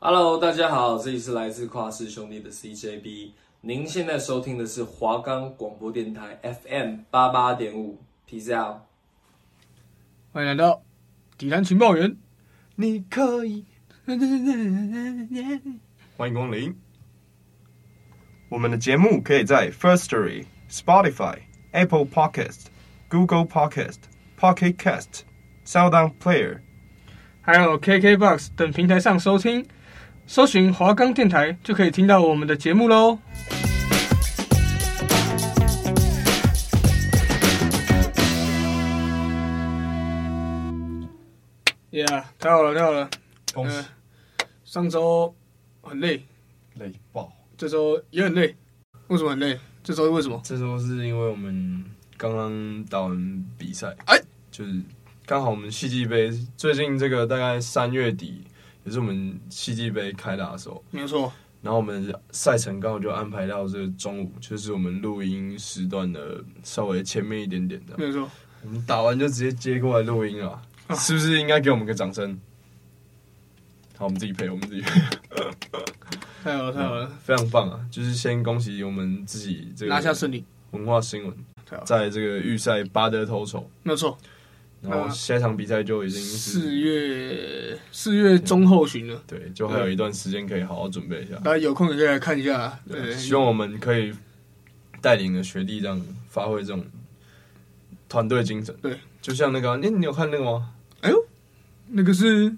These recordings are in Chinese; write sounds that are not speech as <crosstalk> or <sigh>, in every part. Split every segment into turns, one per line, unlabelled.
Hello，大家好，这里是来自跨世兄弟的 CJB。您现在收听的是华冈广播电台 FM 八八点五，Peace out。
欢迎来到底兰情报员。
你可以。欢迎光临。我们的节目可以在 First Story、Spotify、Apple Podcast、Google Podcast、Pocket Cast、Sound On Player。
还有 KKBOX 等平台上收听，搜寻华冈电台就可以听到我们的节目喽。Yeah，太好了，太好了。
恭喜
呃上周很累，
累爆！
这周也很累。为什么很累？这周为什么？
这周是因为我们刚刚打完比赛，
哎，
就是刚好我们戏剧杯最近这个大概三月底，也是我们戏剧杯开打的时候，
没有错，
然后我们赛程刚好就安排到这个中午，就是我们录音时段的稍微前面一点点的
没。有错。
我们打完就直接接过来录
<laughs>
音了，
啊
是不是应该给我们个掌声？好，我们自己配，我们自己配， <laughs>
太好了，太好了，
非常棒啊！就是先恭喜我们自己这
拿下啊
个
胜利，
文化新闻
太好了
在这个预赛拔得头筹，
没有错。
然后下一场比赛就已经
啊四
是
月四月中后旬了，
对，就还有一段时间可以好好准备一下。
大家有空也可以来看一下啦。
对
对，
希望我们可以带领着学弟这样发挥这种团队精神。
对，
就像那个啊，你你有看那个吗？
哎呦，那个是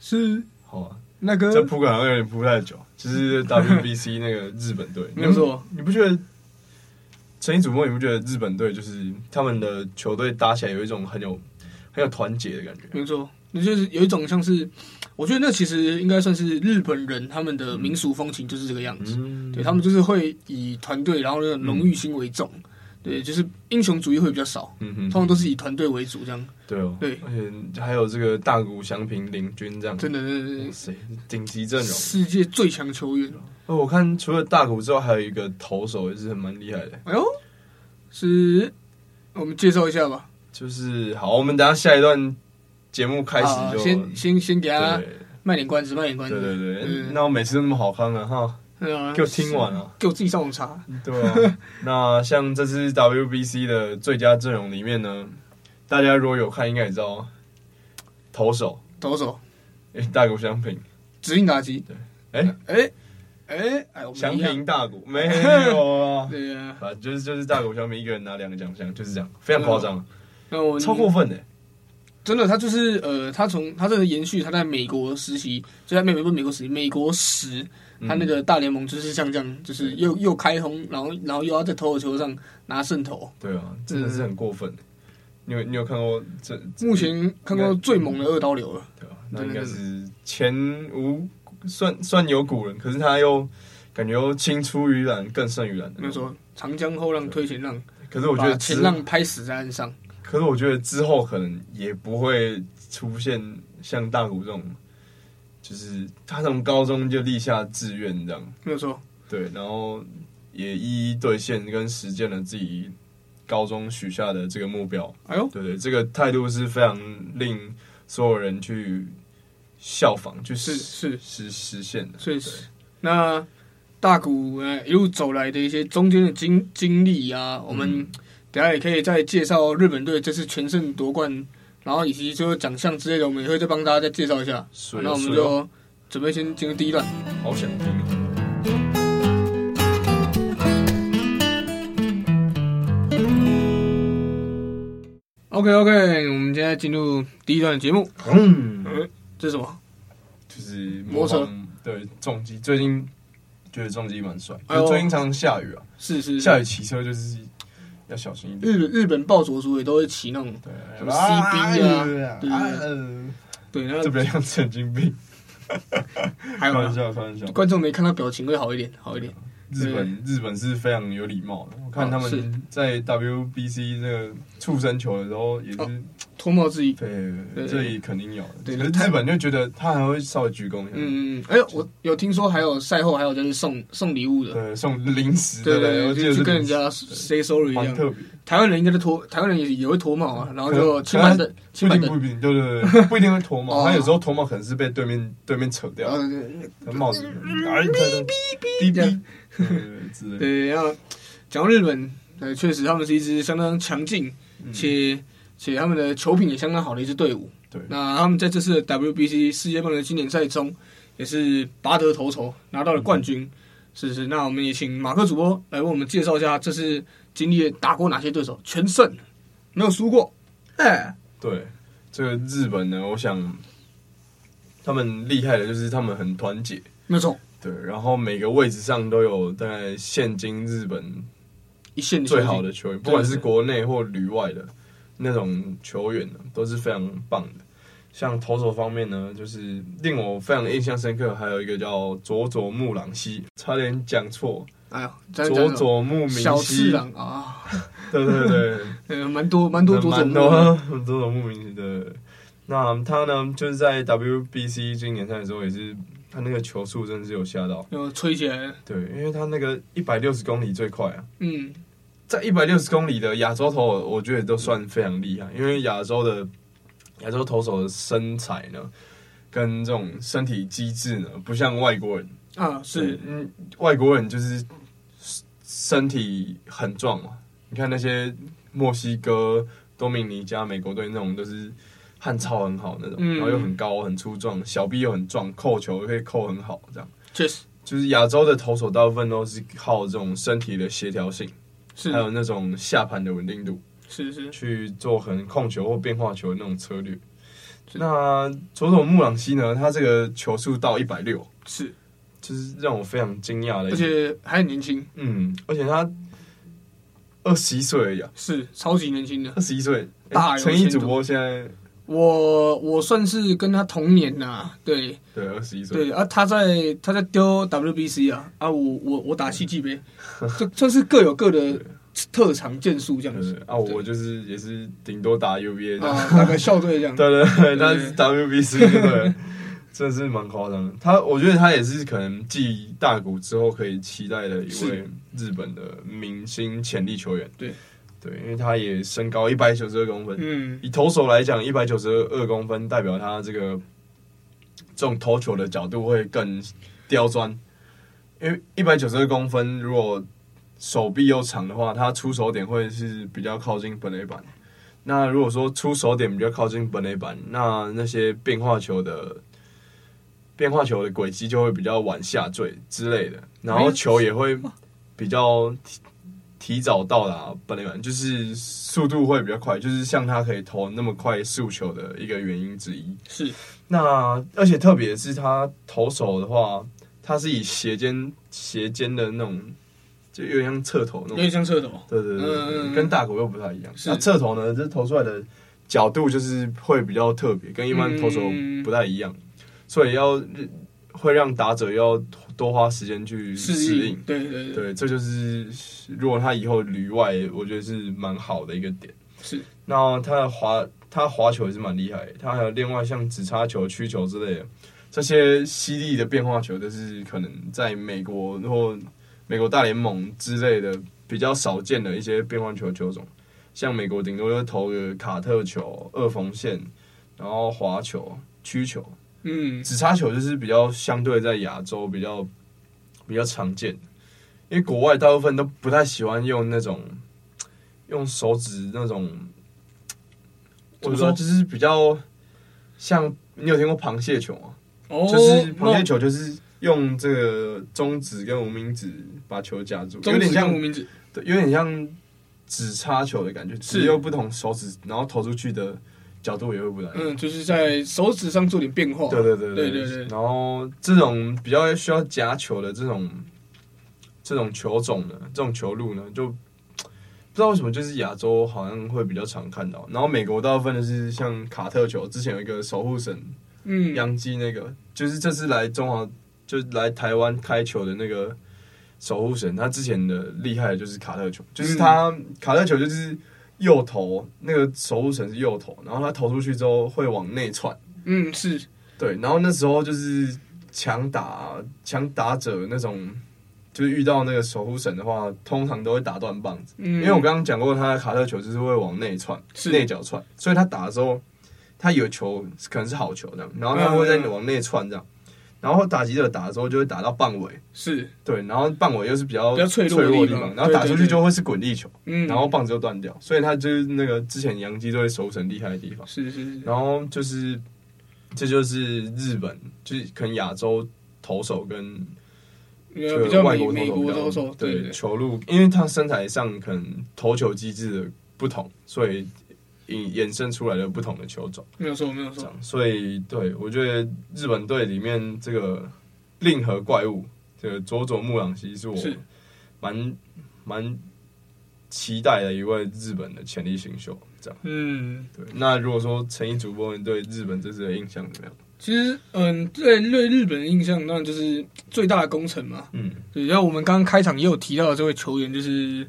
是
好啊，
那个
这铺梗好像有点铺太久，就是 WBC 那个日本队，
没有错，
你不觉得？陈毅主播，你不觉得日本队就是他们的球队搭起来有一种很有很有团结的感觉？
没错，那就是有一种像是，我觉得那其实应该算是日本人他们的民俗风情就是这个样子。
嗯，
对他们就是会以团队，然后那个荣誉心为重，对，就是英雄主义会比较少，
嗯哼，
通常都是以团队为主这样。
对哦，
对
而且还有这个大谷翔平领军这样，
真的，真的
哇
是
塞，顶级阵容。
世界最强球员。
哦，我看除了大谷之后，还有一个投手也是很蛮厉害的，
哎呦，是，我们介绍一下吧。
就是好，我们等一下下一段节目开始
好
就
啊先先先给他
对
卖点关子，卖点关子。
对对对，
嗯
那我每次都那么好看啊哈，
对啊
给我听完啊，
给我自己上网查。<laughs>
对啊。那像这次 WBC 的最佳阵容里面呢，大家如果有看，应该也知道，投手
投手
诶大谷翔平，
指定打击。
哎、
哎哎哎，我们
翔
一样。，
平大谷没有啊
<laughs> 对啊，
反正就是就是大谷翔平一个人拿两个奖项，就是这样，非常夸张，
那啊我
超过分的、
真的，他就是呃，他从他这个延续他在美国实习，就在美国不是美国实习，美国时
嗯
他那个大联盟就是像这样，就是又又开轰，然后然后又要在投手球上拿胜投。
对啊，真的是很过分。你有你有看过这？这
目前看过最猛的二刀流了，
对啊，那应该是前无算算有古人，可是他又感觉又青出于蓝，更胜于蓝。
没有错，长江后浪推前浪，
可是嗯我觉得
把前
之，
浪拍死在岸上。
可是我觉得之后可能也不会出现像大谷这种，就是他从高中就立下志愿这样，
没有错，
对，然后也一一兑现跟实践了自己高中许下的这个目标。
哎呦，
对对，这个态度是非常令所有人去效仿，去
是是
实实实现的。
确实。那大谷呃一路走来的一些中间的经经历啊，我们
嗯
等一下也可以再介绍日本队这次全胜夺冠，然后以及就是奖项之类的，我们也会再帮大家再介绍一下。
所以
那我们
所以
就准备先进入第一段。
好想听哦。
OK OK，我们现在进入第一段的节目，
嗯，
这是什么？
就是
摩
模
托车
仿对重击，最近觉得重击蛮帅，
哎
就
呦
是最近常常下雨啊，
是是
下雨骑车就是要小心一点。
日本日本暴走族也都会骑那种
对，
嗯
哎
什么 CB 啊
对
对对，那
这边像神经病，
还
开
有
玩
呢
笑，开玩笑。
观众没看到表情会好一点，好一点。
日本日本是非常有礼貌的，我看他
哦是
们在 WBC 那个畜生球的时候也是
脱帽自己。
对，
哦对
这里肯定有的。
对
可是
他
日本就觉得他还会稍微鞠躬一下，
嗯嗯，嗯哎、我有听说还有赛后还有就是送送礼物的，
对，送零食，
对
不对？
对
我记
对，
得
就是跟人
零食
家 say sorry 一
蛮
样。
特别。
台湾人应该是脱，台湾人也也会脱帽啊，然后就
可
轻板凳，
不
轻
一
板
定不
凳，
一定，对
<laughs>
对对，不一定会脱
哦
毛，他有时候脱毛可能是被对面对面扯掉，
嗯对
他帽子
嗯
哎，哔哔哔
这样
哔哔之类的。
对，然后讲到日本，呃，确实他们是一支相当强劲
嗯
且且他们的球品也相当好的一支队伍。
对
那他们在这次的 WBC 世界棒的经典赛中，也是拔得头筹，拿到了冠军。是是，那我们也请马克主播来为我们介绍一下，这次经历了打过哪些对手，全胜，没有输过。哎，
对，这个日本呢，我想他们厉害的就是他们很团结，
没有错，
对，然后每个位置上都有大概现今日本
一线的球
最
星
好的球员，不管是国内或旅外的那种球员呢、都是非常棒的。像投手方面呢，就是令我非常印象深刻，还有一个叫佐佐木朗希，差点讲错，
哎呀，咱
佐
讲
佐木明
小次
希，
郎啊，
对对
<laughs>
对，
呃，蛮多蛮多佐佐
蛮
木
多 <laughs>
的，
很多种慕名其的。那他呢，就是在 WBC 经典赛的时候，也是他那个球速真的是有吓到，
有呃吹起来了，
对，因为他那个一百六十公里最快啊，
嗯，
在一百六十公里的亚洲投手，我觉得都算非常厉害，因为亚洲的亚洲投手的身材呢，跟这种身体机制呢，不像外国人，
啊，是
对，嗯，外国人就是身体很壮嘛。你看那些墨西哥、多米尼加、美国队那种，都是汗超很好那种，
嗯
然后又很高、很粗壮，小臂又很壮，扣球又可以扣很好，这样。
确实
就是亚洲的投手大部分都是靠这种身体的协调性，
是
还有那种下盘的稳定度，
是是，
去做可能控球或变化球的那种策略。那佐佐木朗希呢？他这个球速到一百六，
是，
就是让我非常惊讶的一
而
点。
且还很年轻，
嗯，而且他二十一岁而已啊，
是超级年轻的。
二十一岁。诶
大有
陈毅
前途
主播现在
我我算是跟他同年呐、对
对二十一岁，
对啊，他在他在丢 WBC 啊啊，我我我打戏剧
<laughs>
杯，这这是各有各的特长剑术这样
对
子
啊，我就是也是顶多打 UVA 这样
啊，打个校队这样，
<laughs> 对对对，他是
对
WBC <laughs> 对，真的是蛮夸张的。他我觉得他也是可能继大谷之后可以期待的一位
是
日本的明星潜力球员。
对
对，因为他也身高一百九十二公分，
嗯，
以投手来讲，一百九十二公分代表他这个这种投球的角度会更刁钻，因为一百九十二公分如果手臂又长的话，他出手点会是比较靠近本垒板。那如果说出手点比较靠近本垒板，那那些变化球的变化球的轨迹就会比较往下坠之类的，然后球也会比较提提早到达本垒板，就是速度会比较快，就是像他可以投那么快速球的一个原因之一。
是
那而且特别是他投手的话，他是以斜肩斜肩的那种，就有点像侧头
有
那种
点。像射手，
对对对对
嗯
对，
嗯嗯
跟大狗又不太一样。
是
那侧头呢，这投出来的角度就是会比较特别，跟一般投手
嗯
不太一样，所以要会让打者要多花时间去
适
适应
应，。对对对，
对，这就是如果他以后旅外，我觉得是蛮好的一个点。
是
那他的滑，他滑球也是蛮厉害的，他还有另外像直插球、曲球之类的这些犀利的变化球，都是可能在美国或美国大联盟之类的比较少见的一些变化球球种。像美国顶多就投个卡特球、二缝线，然后滑球、曲球，
嗯，
直插球就是比较相对在亚洲比较比较常见的，因为国外大部分都不太喜欢用那种用手指那种，
怎么
我不
说
说就是比较像你有听过螃蟹球吗？
哦，
就是螃蟹
球，
球就是用这个中指跟无名指把球夹住，有
中
点
指
像
跟无名指，
对，有点像指插球的感觉，只有不同手指，然后投出去的角度也会不太一样。
嗯，就是在手指上做点变化，
对对对
对
对
对对
然后这种比较需要夹球的这种这种球种呢，这种球路呢，就不知道为什么就是亚洲好像会比较常看到。然后美国大部分的是像卡特球，之前有一个守护神
嗯，
杨基那个，就是这次来中华就是来台湾开球的那个守护神，他之前的厉害的就是卡特球，就是他、卡特球就是右投，那个手术绳是右投，然后他投出去之后会往内窜，
嗯，是
对，然后那时候就是强打强打者那种，就是遇到那个守护神的话，通常都会打断棒子，
嗯
因为我刚刚讲过，他的卡特球就是会往内窜，
是
内角窜，所以他打的时候，他有球可能是好球这样，然后他会在
嗯嗯嗯
往内窜这样，然后打击者打的时候就会打到棒尾，
是，
对，然后棒尾又是比较
比较脆弱的
弱
地方
方，然后打出
对对
去
对
就会是滚地球，
嗯，
然后棒子就断掉，所以他就是那个之前洋基队守神厉害的地方。
是是是，
然后就是，这就是日本，就是可能亚洲投手跟
呃
就
比
是
较
外
美
国
美国
投
投
手比较
手，
对
对，
球路，因为他身材上可能投球机制的不同，所以引衍生出来的不同的球种。
没有错没有
这
错，
样，所以对我觉得日本队里面这个令和怪物，这个佐佐木朗希是我
是
蛮蛮期待的一位日本的潜力新秀。这样，
嗯。
对。那如果说陈毅主播你对日本这次的印象怎么样？
其实，嗯，对对日本的印象，当然就是最大的功臣嘛。
嗯，
对，然后我们刚刚开场也有提到的这位球员，就是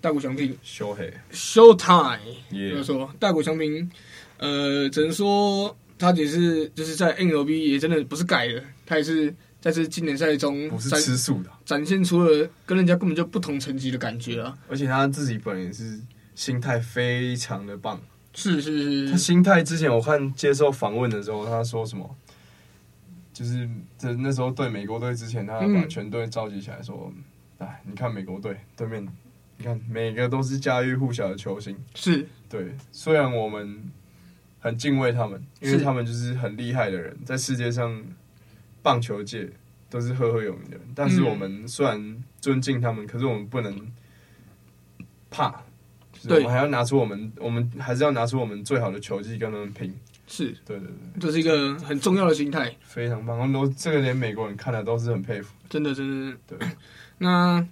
大谷翔平
修黑
Showtime。
也
没有错，大谷翔平，呃，只能说他也是就是在 NLB 也真的不是盖的，他也是在这经典赛中
不是
展
吃素的，
展现出了跟人家根本就不同层级的感觉啊！
而且他自己本人也是心态非常的棒。
是是
他
是，
心态之前我看接受访问的时候，他说什么？就是这那时候对美国队之前，他把
嗯
全队召集起来说：“哎、你看美国队对面，你看每个都是家喻户晓的球星。
是
对，虽然我们很敬畏他们，因为
是
他们就是很厉害的人，在世界上棒球界都是赫赫有名的人。但是
嗯
我们虽然尊敬他们，可是我们不能怕，就是
对
我们还要拿出我们，我们还是要拿出我们最好的球技跟他们拼。
是，
对对对，
这是一个很重要的心态，
非常棒，他们都这个连美国人看了都是很佩服。
真的真的。
对，
<laughs> 那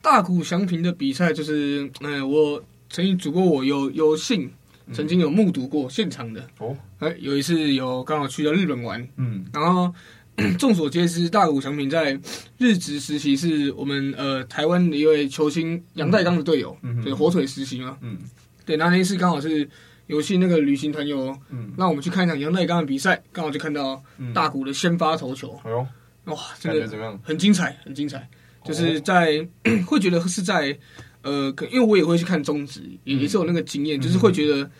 大谷翔平的比赛就是，嗯、我曾经主播我有有幸
嗯
曾经有目睹过现场的，
哦，
哎、有一次有刚好去到日本玩。
嗯，
然后， <coughs> 众所皆知，大谷翔平在日职时期是我们呃台湾的一位球星杨代刚的队友，
嗯哼
对火腿时期嘛。
嗯
对，那那一次刚好是游戏那个旅行团友哦
嗯
让我们去看一场杨代刚的比赛，刚好就看到
嗯，
大谷的先发投球，
哎呦，
哇，真
感觉
的
怎么样？哦
很精彩，很精彩。就是在 <clears throat> 会觉得是在呃，可因为我也会去看中职，也也是有那个经验，就是会觉得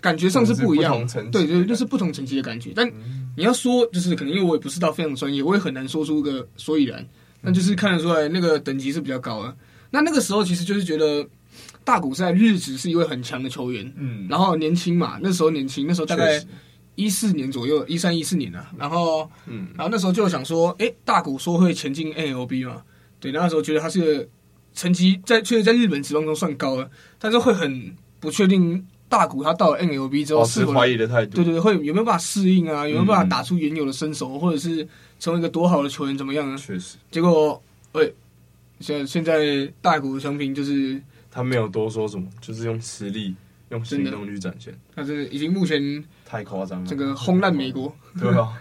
感觉上是不一样
嗯就是不同层，
对
级
对，
的感觉
就是不同层级的感觉。但
嗯
你要说，就是可能因为我也不是到非常专业，我也很难说出个所以然。那
嗯
就是看得出来那个等级是比较高的。那那个时候其实就是觉得大谷在日职是一位很强的球员，
嗯，
然后年轻嘛，那时候年轻，那时候大
确
概
实
一四年左右，一三一四年啊。然后，
嗯
然后那时候就想说，诶，大谷说会前进 NLB 嘛，对，那时候觉得他是个成绩在确实在日本职棒中算高了，但是会很不确定大谷他到了 NLB 之后
保
是
持
否
哦怀疑的态度。
对对对，会有没有办法适应啊？有没有办法
嗯
打出原有的身手，或者是成为一个多好的球员怎么样呢？
确实，
结果，喂、现在现在大谷翔平就是
他没有多说什么，就是用实力、用行动去展现，
他真的已经目前
太夸张了。
这个轰烂美，国，
对
<laughs>
啊，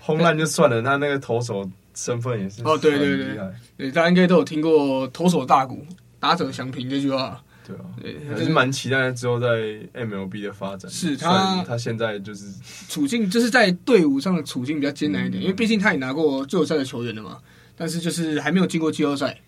轰烂就算了，他那个投手身份也是
哦对对
很厉害，
对，大家应该都有听过“投手大谷，打者翔平”这句话。
对啊，
对，他
还
就是是
蛮期待之后在 MLB 的发展。
是
虽然
他
他现在就是
处境，就是在队伍上的处境比较艰难一点，
嗯
因为毕竟他也拿过季后赛的球员了嘛，但是就是还没有进过季后赛。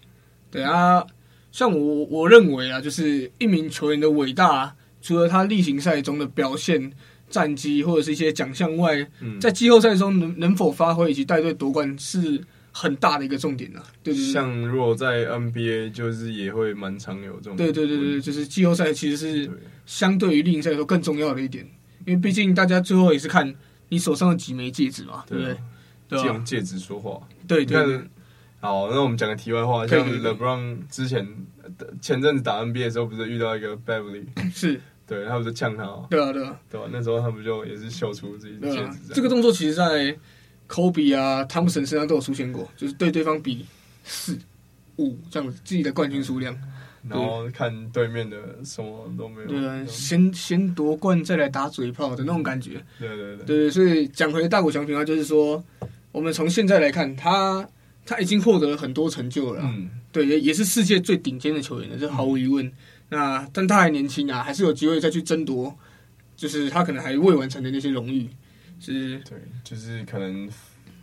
对啊，像我我认为啊，就是一名球员的伟大，啊除了他例行赛中的表现、战绩或者是一些奖项外，
嗯，
在季后赛中能能否发挥以及带队夺冠是很大的一个重点啊。对对对，
像如果在 NBA 就是也会蛮常有这种
对对对对，就是季后赛其实
对
是相对于例行赛来说更重要的一点，因为毕竟大家最后也是看你手上的几枚戒指嘛，对不对
对啊？
对
借
吧
用戒指说话。
对
你
对对
看，好，那我们讲个题外话，
可以
像
可以可以
LeBron 之前呃前阵子打 NBA 的时候，不是遇到一个 Beverly，
是，
对，他不是呛他哦，
对啊，对啊，
对吧、那时候他们就也是秀出自己的
对
戒
啊
指，。
这个动作其实，在科比啊、汤普森身上都有出现过，就是对对方比四五这样子，自己的冠军数量。
然后看对面的什么都没有。
对
这
啊，
样
先先夺冠再来打嘴炮的那种感觉。
对对对，
对啊对，所以讲回大谷翔平啊，就是说，我们从现在来看，他他已经获得了很多成就了啊、
嗯，
对，也也是世界最顶尖的球员了，这毫无疑问。那但他还年轻啊，还是有机会再去争夺，就是他可能还未完成的那些荣誉。是，
对，就是可能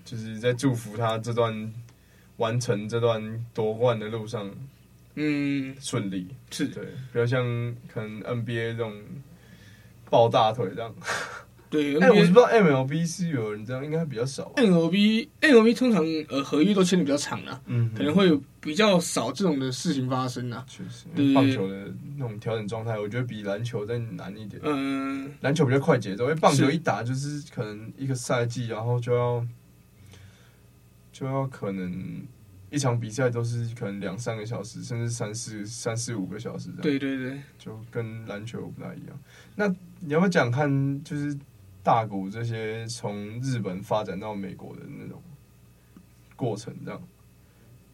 就是在祝福他这段完成这段夺冠的路上
嗯，
顺利。
是
对，比较像可能 NBA 这种抱大腿这样。
对。
哎、我是
NBA
不知道 MLB 是有人这样，应该比较少吧。
N O B N O B 通常呃合约都签的比较长啊，
嗯，
可能会比较少这种的事情发生啊。
确实，
对
棒球的那种调整状态，我觉得比篮球再难一点。
嗯、
篮球比较快节奏，因为棒球
是
一打就是可能一个赛季，然后就要就要可能一场比赛都是可能两三个小时，甚至三四三四五个小时这样，
对对对，
就跟篮球不太一样。那你要不要讲看就是大谷这些从日本发展到美国的那种过程，这样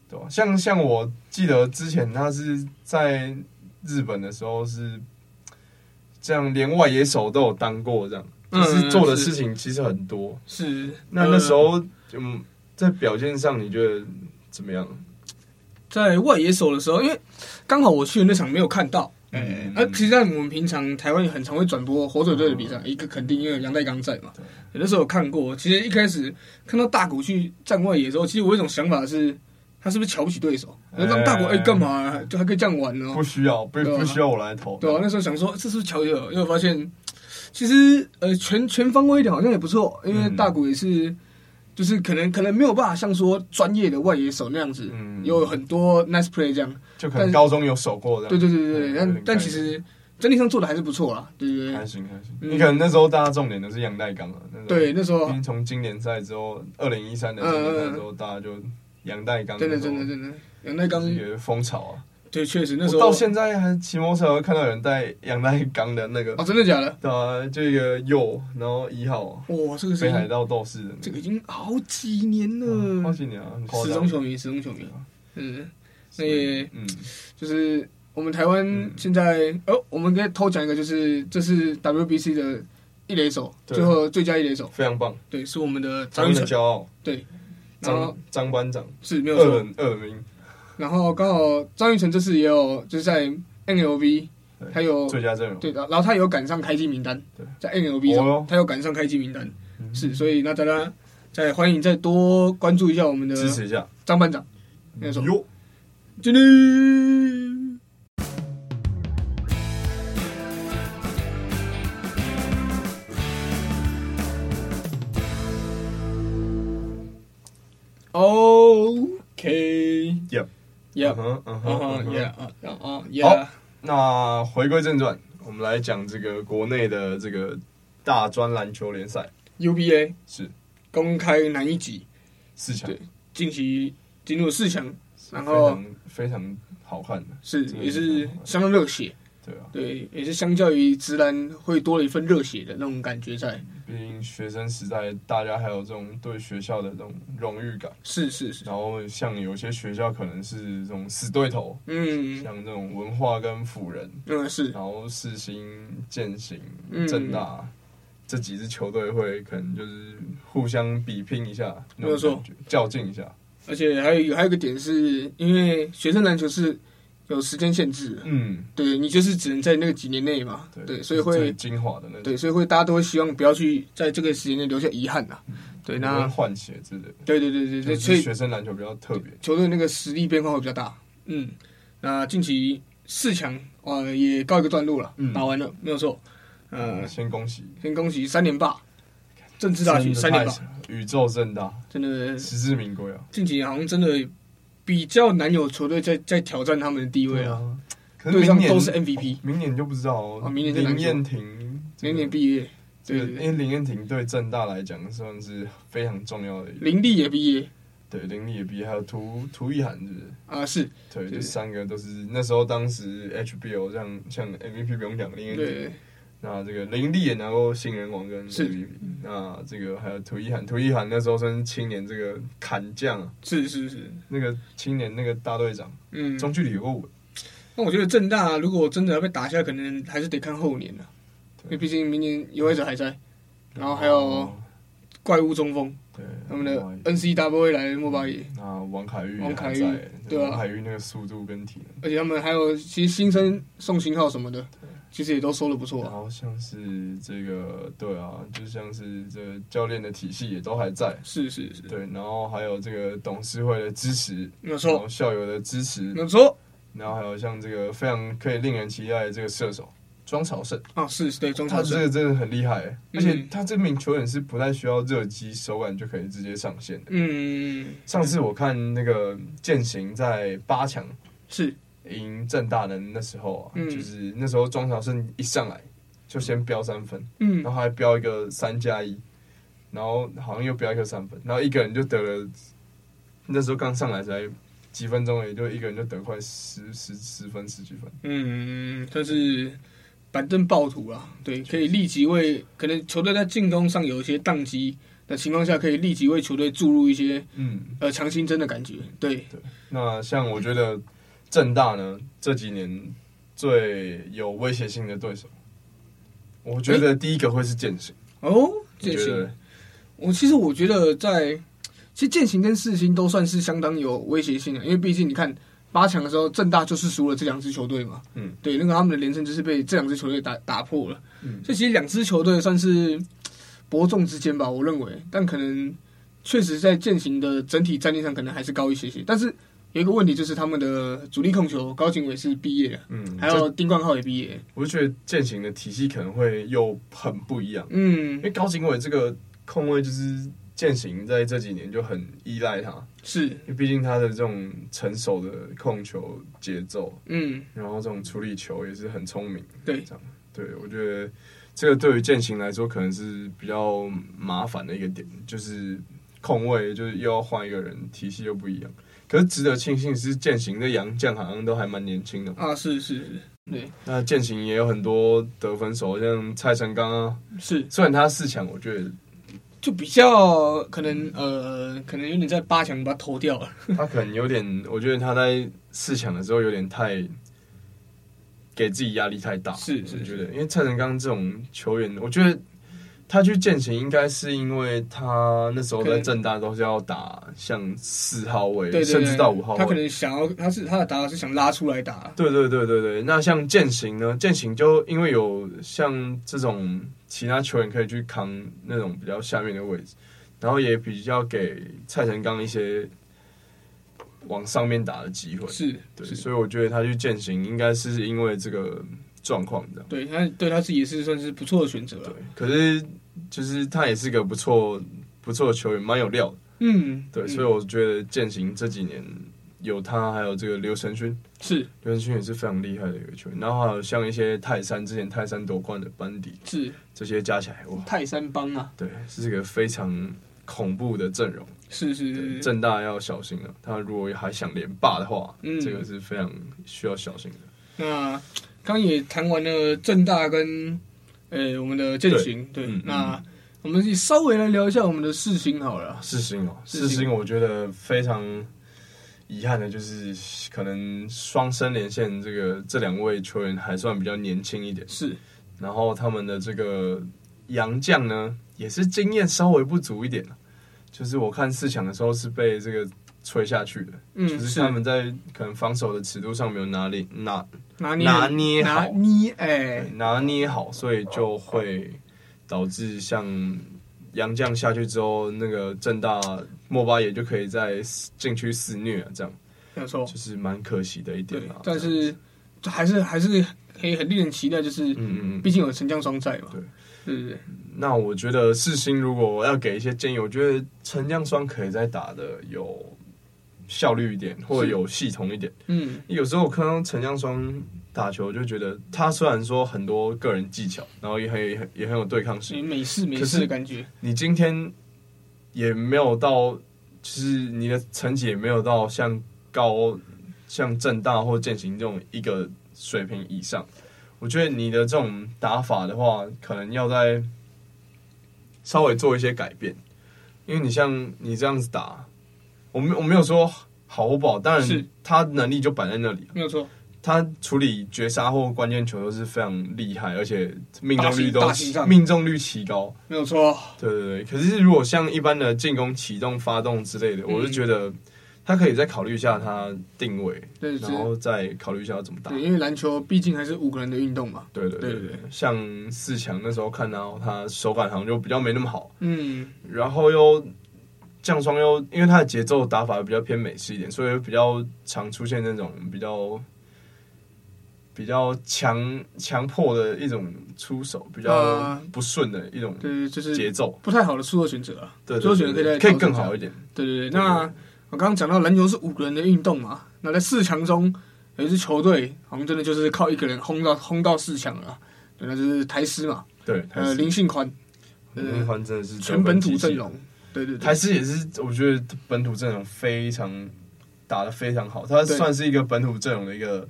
对吧、像像我记得之前他是在日本的时候是这样，连外野手都有当过这样。就
嗯
是做的事情其实很多。
是。
那
呃
那时候，嗯，在表现上你觉得怎么样？
在外野手的时候，因为刚好我去的那场没有看到。
嗯
啊，其实像我们平常台湾也很常会转播火腿队的比赛，一个肯定因为杨代刚在嘛
对，
有的时候有看过。其实一开始看到大谷去站外野的时候，其实我有一种想法是，他是不是瞧不起对手？
哎
让大谷哎干嘛、就还可以这样玩呢、
不需要，不
对啊
不需要我来投。
对啊，那时候想说这是不是乔伊尔，因为我发现其实呃全全方位一点好像也不错，因为
嗯
大谷也是、就是可能可能没有办法像说专业的外野手那样子，
嗯
有很多 nice play 这样。
就可能高中有守过这
对
样。
对对对对，
嗯有
但
点
但
概
其
念
实整体上做的还是不错啦，对对
开
对。
心开心。
嗯
你可能那时候大家重点都是杨代刚啊，那时候
对，，那时候
因为从经典赛之后，二零一三年
嗯嗯
经典赛之后，大家就杨代刚
真的
那时候
真的真的，杨代刚
就是有一个风潮啊。
对，确实那时
我
候
到现在还骑摩托车会看到有人戴杨代刚的那个
哦，，真的假的？
对啊，就一个右，然后一号
哇，这个是
北海道斗士的那
这
个
个已经好几年
嗯，好
了，
几年啊，很夸
始
张
终球迷，始终球迷，
啊
嗯，那也
嗯，
就是我们台湾
嗯
现在，哦，我们可以偷讲一个，就是这是 WBC 的一垒手，
对
最后最佳一垒手，
非常棒，
对，是我们的
台
张
湾
玉
的
成，
骄傲，
对，然后
张张班长，
是没有
二
错，
人二名
然后刚好张玉成这次也有就是在 NLB，
对
他有
最佳阵容，
对的，然后他有赶上开机名单
对，
在 NLB
哦
上
哟
他有赶上开机名单，
嗯
是，所以那大家再欢迎再多关注一下我们的
支持一下，
张班长，没有错
哟，
今天。OK，
Yep.
Yep，
嗯哼嗯
嗯
哼嗯
哼
哼
Yeah，啊啊啊，Yeah，
那回归正传，我们来讲这个国内的这个大专篮球联赛
UBA
是
公开男一级
四强
对，晋级进入四强，然
非
后
常非常好看的，
是
这个
也
非
是
常好看
相当热血，
对啊，
对，也是相较于直男会多了一份热血的那种感觉在，
毕竟学生时代大家还有这种对学校的这种荣誉感，
是是是，
然后像有些学校可能是这种死对头，
嗯
像这种文化跟辅仁，
嗯是，
然后世新、建行
嗯、
正大、这几支球队会可能就是互相比拼一下，
没有
那
错
种感觉，较劲一下。
而且还有一个还有一个点是，因为学生篮球是有时间限制的，
嗯，
对你就是只能在那个几年内嘛，
对，
对，所以
最
会
精华的那种，
对，所以会大家都会希望不要去在这个时间内留下遗憾呐、对，
不会
那
换血之类的。
对对对对对，
就
所
是
以
学生篮球比较特别，
球队那个实力变化会比较大。嗯，那近期四强呃也告一个段落了，
嗯
打完了没有错。呃，
先恭喜，
先恭喜三连霸，政治大学
真的
啊三连
太
霸，
强了宇宙正大，
真的
实至名归啊！
近几年好像真的比较难有球队在在挑战他们的地位啊，
啊，可是
对
明
上
年
都是 MVP，
明年就不知道哦
啊明年就难
林
说
彦廷，
明年毕业，
这个
对对对
因为林彦廷对正大来讲算是非常重要的一个，
林立也毕业
对林立也毕业，还有涂涂一涵是不是？
啊，是
对，
对
就三个都是那时候当时 HBO 像像 MVP 不用讲，林彦廷，
对
那这个林立也拿过新人王跟
是
MVP，那这个还有涂一涵，涂一涵那时候算是青年这个砍将啊，
是是是，
那个青年那个大队长，
嗯。
中距离有个稳，
那我觉得正大如果真的要被打下，可能还是得看后年了、啊
对哦
因为毕竟明年游爱者还在，然后还有怪物中锋，
对哦对，嗯
他们的
另外一
N C W 来的莫巴也，
那王凯玉
王凯
还
玉
在，
对啊
王凯玉那个速度跟体能，
而且他们还有其实新生宋新浩什么的，其实也都收的不错
然
啊。
后像是这个，对啊，就像是这个教练的体系也都还在，
是是是，
对，然后还有这个董事会的支持，
没
然后
错嗯
校友的支持，
没错
然后还有像这个非常可以令人期待的这个射手庄朝胜，
啊，是是对中
他
超
哦这
生，
个真的很厉害，而且
嗯
他这名球员是不太需要热机手感就可以直接上线的。
嗯，
上次我看那个践行在八强
是
赢正大的那时候啊，
嗯
就是那时候庄朝胜一上来就先飙三分，
嗯
然后还飙一个三加一，然后好像又飙一个三分，然后一个人就得了，那时候刚上来才几分钟而已，就一个人就得快十十十分十几分，
嗯，算是板凳暴徒啊，对，可以立即为可能球队在进攻上有一些宕机的情况下，可以立即为球队注入一些
嗯。
呃强心针的感觉，对，
那像我觉得正大呢这几年最有威胁性的对手，我觉得第一个会是践行。
哦，
你
践
觉
行
得，
我其实我觉得在其实践行跟世新都算是相当有威胁性的，因为毕竟你看八强的时候，正大就是输了这两支球队嘛，
嗯，
对，那个他们的连胜就是被这两支球队打打破了，
嗯
所以其实两支球队算是伯仲之间吧，我认为，但可能确实在践行的整体战力上可能还是高一些些，但是有一个问题就是他们的主力控球高景伟是毕业了，
嗯，
还
这
有丁冠浩也毕业，
我就觉得践行的体系可能会又很不一样，
嗯
因，为高景伟这个控卫就是践行在这几年就很依赖他，
是，
因为毕竟他的这种成熟的控球节奏，
嗯，
然后这种处理球也是很聪明，
对
这样，对我觉得这个对于践行来说可能是比较麻烦的一个点，就是控位就是又要换一个人，体系又不一样。可是值得庆幸是践行的洋将好像都还蛮年轻的，
啊，是是是，对，
那践行也有很多得分手，像蔡成刚啊，
是。
虽然他四强，我觉得
就比较可能呃，可能有点在八强把它投掉了。 <laughs>
他可能有点，我觉得他在四强的时候有点太给自己压力太大。
是是
我觉得，因为蔡成刚这种球员，我觉得他去践行应该是因为他那时候
可
在
能
正大都是要打像四号位，
对对对，
甚至到五号
他可
位。
能想要，他是他的打法是想拉出来打。
对对对对对，那像践行呢？践行就因为有像这种其他球员可以去扛那种比较下面的位置，然后也比较给蔡成刚一些往上面打的机会。
是
对，
是，
所以我觉得他去践行应该是因为这个状况这样。
对他对他自己也是算是不错的选择
对
了。，
可是就是他也是个不错不错的球员，蛮有料的。
嗯，
对，
嗯
所以我觉得践行这几年有他，还有这个刘承勋，
是
刘承勋也是非常厉害的一个球员。然后还有像一些泰山之前泰山夺冠的班底，
是
这些加起来哇，
泰山帮啊，
对，是一个非常恐怖的阵容。
是是
对
是，
正大要小心了，他如果还想连霸的话，
嗯
这个是非常需要小心的。
那刚也谈完了正大跟呃我们的践行，对，
嗯嗯
那我们也稍微来聊一下我们的事情好了。
世新哦，
世新
世新我觉得非常遗憾的就是，可能双生连线这个这两位球员还算比较年轻一点，
是
然后他们的这个洋将呢，也是经验稍微不足一点啊就是我看四强的时候是被这个吹下去的，
嗯
就是是他们在可能防守的尺度上没有拿力拿
拿捏
拿捏好
拿捏哎
对，拿捏好，所以就会导致像杨绛下去之后，那个正大莫巴也就可以在禁区肆虐、啊，这样
没有错。
就是蛮可惜的一点
对
啊。，
但
这样
是
子
还是还是可以很令人期待，就是
嗯嗯嗯，
毕竟有神将双赛嘛，
对
对对对，
那我觉得世新如果我要给一些建议，我觉得陈将双可以再打的有效率一点，或者有系统一点。
嗯，
有时候我看到陈江双打球，就觉得他虽然说很多个人技巧，然后也很也很也很有对抗性
美，美式美
可
式
是
的感觉，
你今天也没有到，就是你的成绩也没有到像高、像正大或践行这种一个水平以上。我觉得你的这种打法的话，可能要在稍微做一些改变，因为你像你这样子打，我没我没有说好或不好，当
是
然他能力就摆在那里了，啊
没有错，
他处理绝杀或关键球都是非常厉害，而且命中率都
大心大心脏
命中率奇高。
没有错。
对对对，可是如果像一般的进攻启动、发动之类的，
嗯
我是觉得他可以再考虑一下他定位，
对，
然后再考虑一下要怎么打。
对，因为篮球毕竟还是五个人的运动嘛。
对对
对
对
对
对，像四强那时候看到他手感好像就比较没那么好，
嗯，
然后又降双又因为他的节奏打法比较偏美式一点，所以比较常出现那种比较比较强强迫的一种出手，比较
呃
不顺的一种
对，就是
节奏。
不太好的出手选择啊。
对，
所以我觉得
对对
可
可
以再
以
调
更
整一下
好一点。
对对对，
对
那
对
我刚刚讲到篮球是五个人的运动嘛，那在四强中有一支球队好像真的就是靠一个人轰到轰到四强了啊，对，那就是台师嘛，
对，台
呃，
师
林信宽，呃
林宽真的是
全本土
机器
阵容，对对对
台，师也是，我觉得本土阵容非常打得非常好，他
对
算是一个本土阵容的一个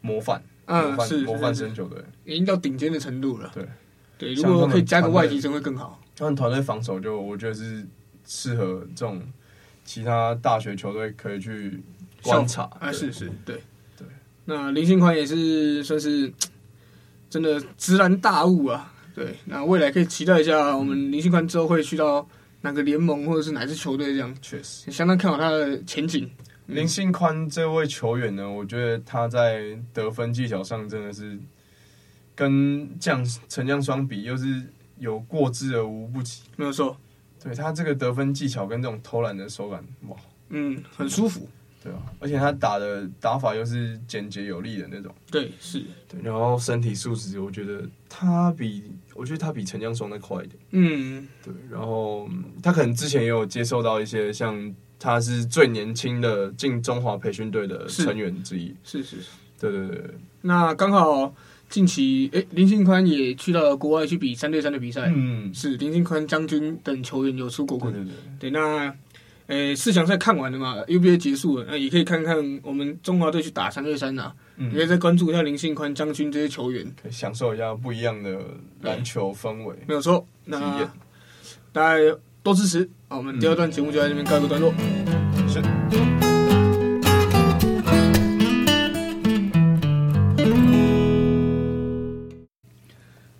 模范，模
嗯，
范
是
模范，
是
生
是
球队。
已经到顶尖的程度了。
对
对，如
像
果
他们
可以加个
团队
外籍生会更好。
他们团队防守就我觉得是适合这种其他大学球队可以去观察
啊，是是，对
对。
那林信宽也是算是真的直然大悟啊，对。那未来可以期待一下，我
嗯
们林信宽之后会去到哪个联盟或者是哪支球队这样，
确实。
相当看好他的前景。嗯
林信宽这位球员呢，我觉得他在得分技巧上真的是跟将陈将双比，又是有过之而无不及。
没有错，
对他这个得分技巧跟这种偷懒的手感，哇，
嗯，很舒服。
对啊，而且他打的打法又是简洁有力的那种，
对，是，
对，然后身体素质，我觉得他比，我觉得他比陈江双的快一点，
嗯，
对，然后嗯他可能之前也有接受到一些像他是最年轻的进中华培训队的成员之一，
是是。是
对对对对，
那刚好近期，诶，林信宽也去到国外去比三对三的比赛，
嗯，
是林信宽将军等球员有出国过
对
的。
对
对，
对，
那呃四强赛看完了嘛，UBA 结束了，那也可以看看我们中华队去打三对三呐，
嗯
你可以再关注一下林信宽、张军这些球员，
可以享受一下不一样的篮球氛围，
没有错。
体
那
验
大家多支持啊！我们第二段节目就在这边告一个段落。
是。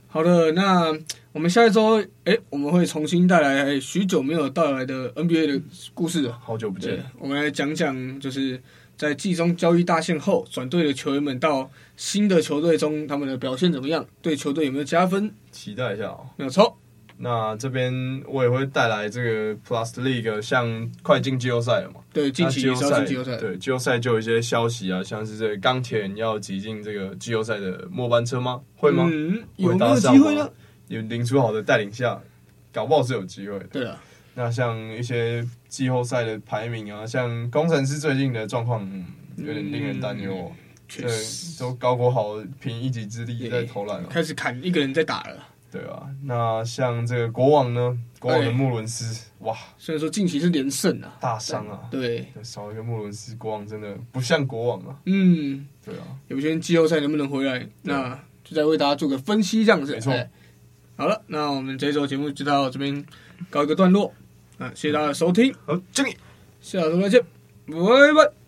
好的，那我们下一周，哎，我们会重新带来许久没有带来的 NBA 的故事了。
好久不
对
见，，
我们来讲讲，就是在季中交易大限后转队的球员们到新的球队中，他们的表现怎么样？对球队有没有加分？
期待一下哦。
没有错，
那这边我也会带来这个 Plus League，像快进季后赛了嘛，
对，近期也
那
是要进季后赛。
对季后赛就有一些消息啊，像是这个钢铁人要挤进这个季后赛的末班车吗？会吗？
嗯，
会
有没有
搭上
机
吗
会呢？？
有林书豪的带领下，搞不好是有机会的。
对啊，
那像一些季后赛的排名啊，像工程师最近的状况、嗯、有点令人担忧、哦，
嗯确
对
实，
都高国豪凭一己之力在投篮了、哦
开始砍一个人在打了。
对啊，那像这个国王呢，国王的穆伦斯，哇，
虽然说近期是连胜啊，
大伤啊！
对，
少一个穆伦斯，国王真的不像国王啊。
嗯，
对啊，
有些人季后赛能不能回来，那就再为大家做个分析这样子。
没错
哎好了，那我们这一周节目就到这边告一个段落，啊，谢谢大家的收听。
好，这里。
下周再见，拜拜。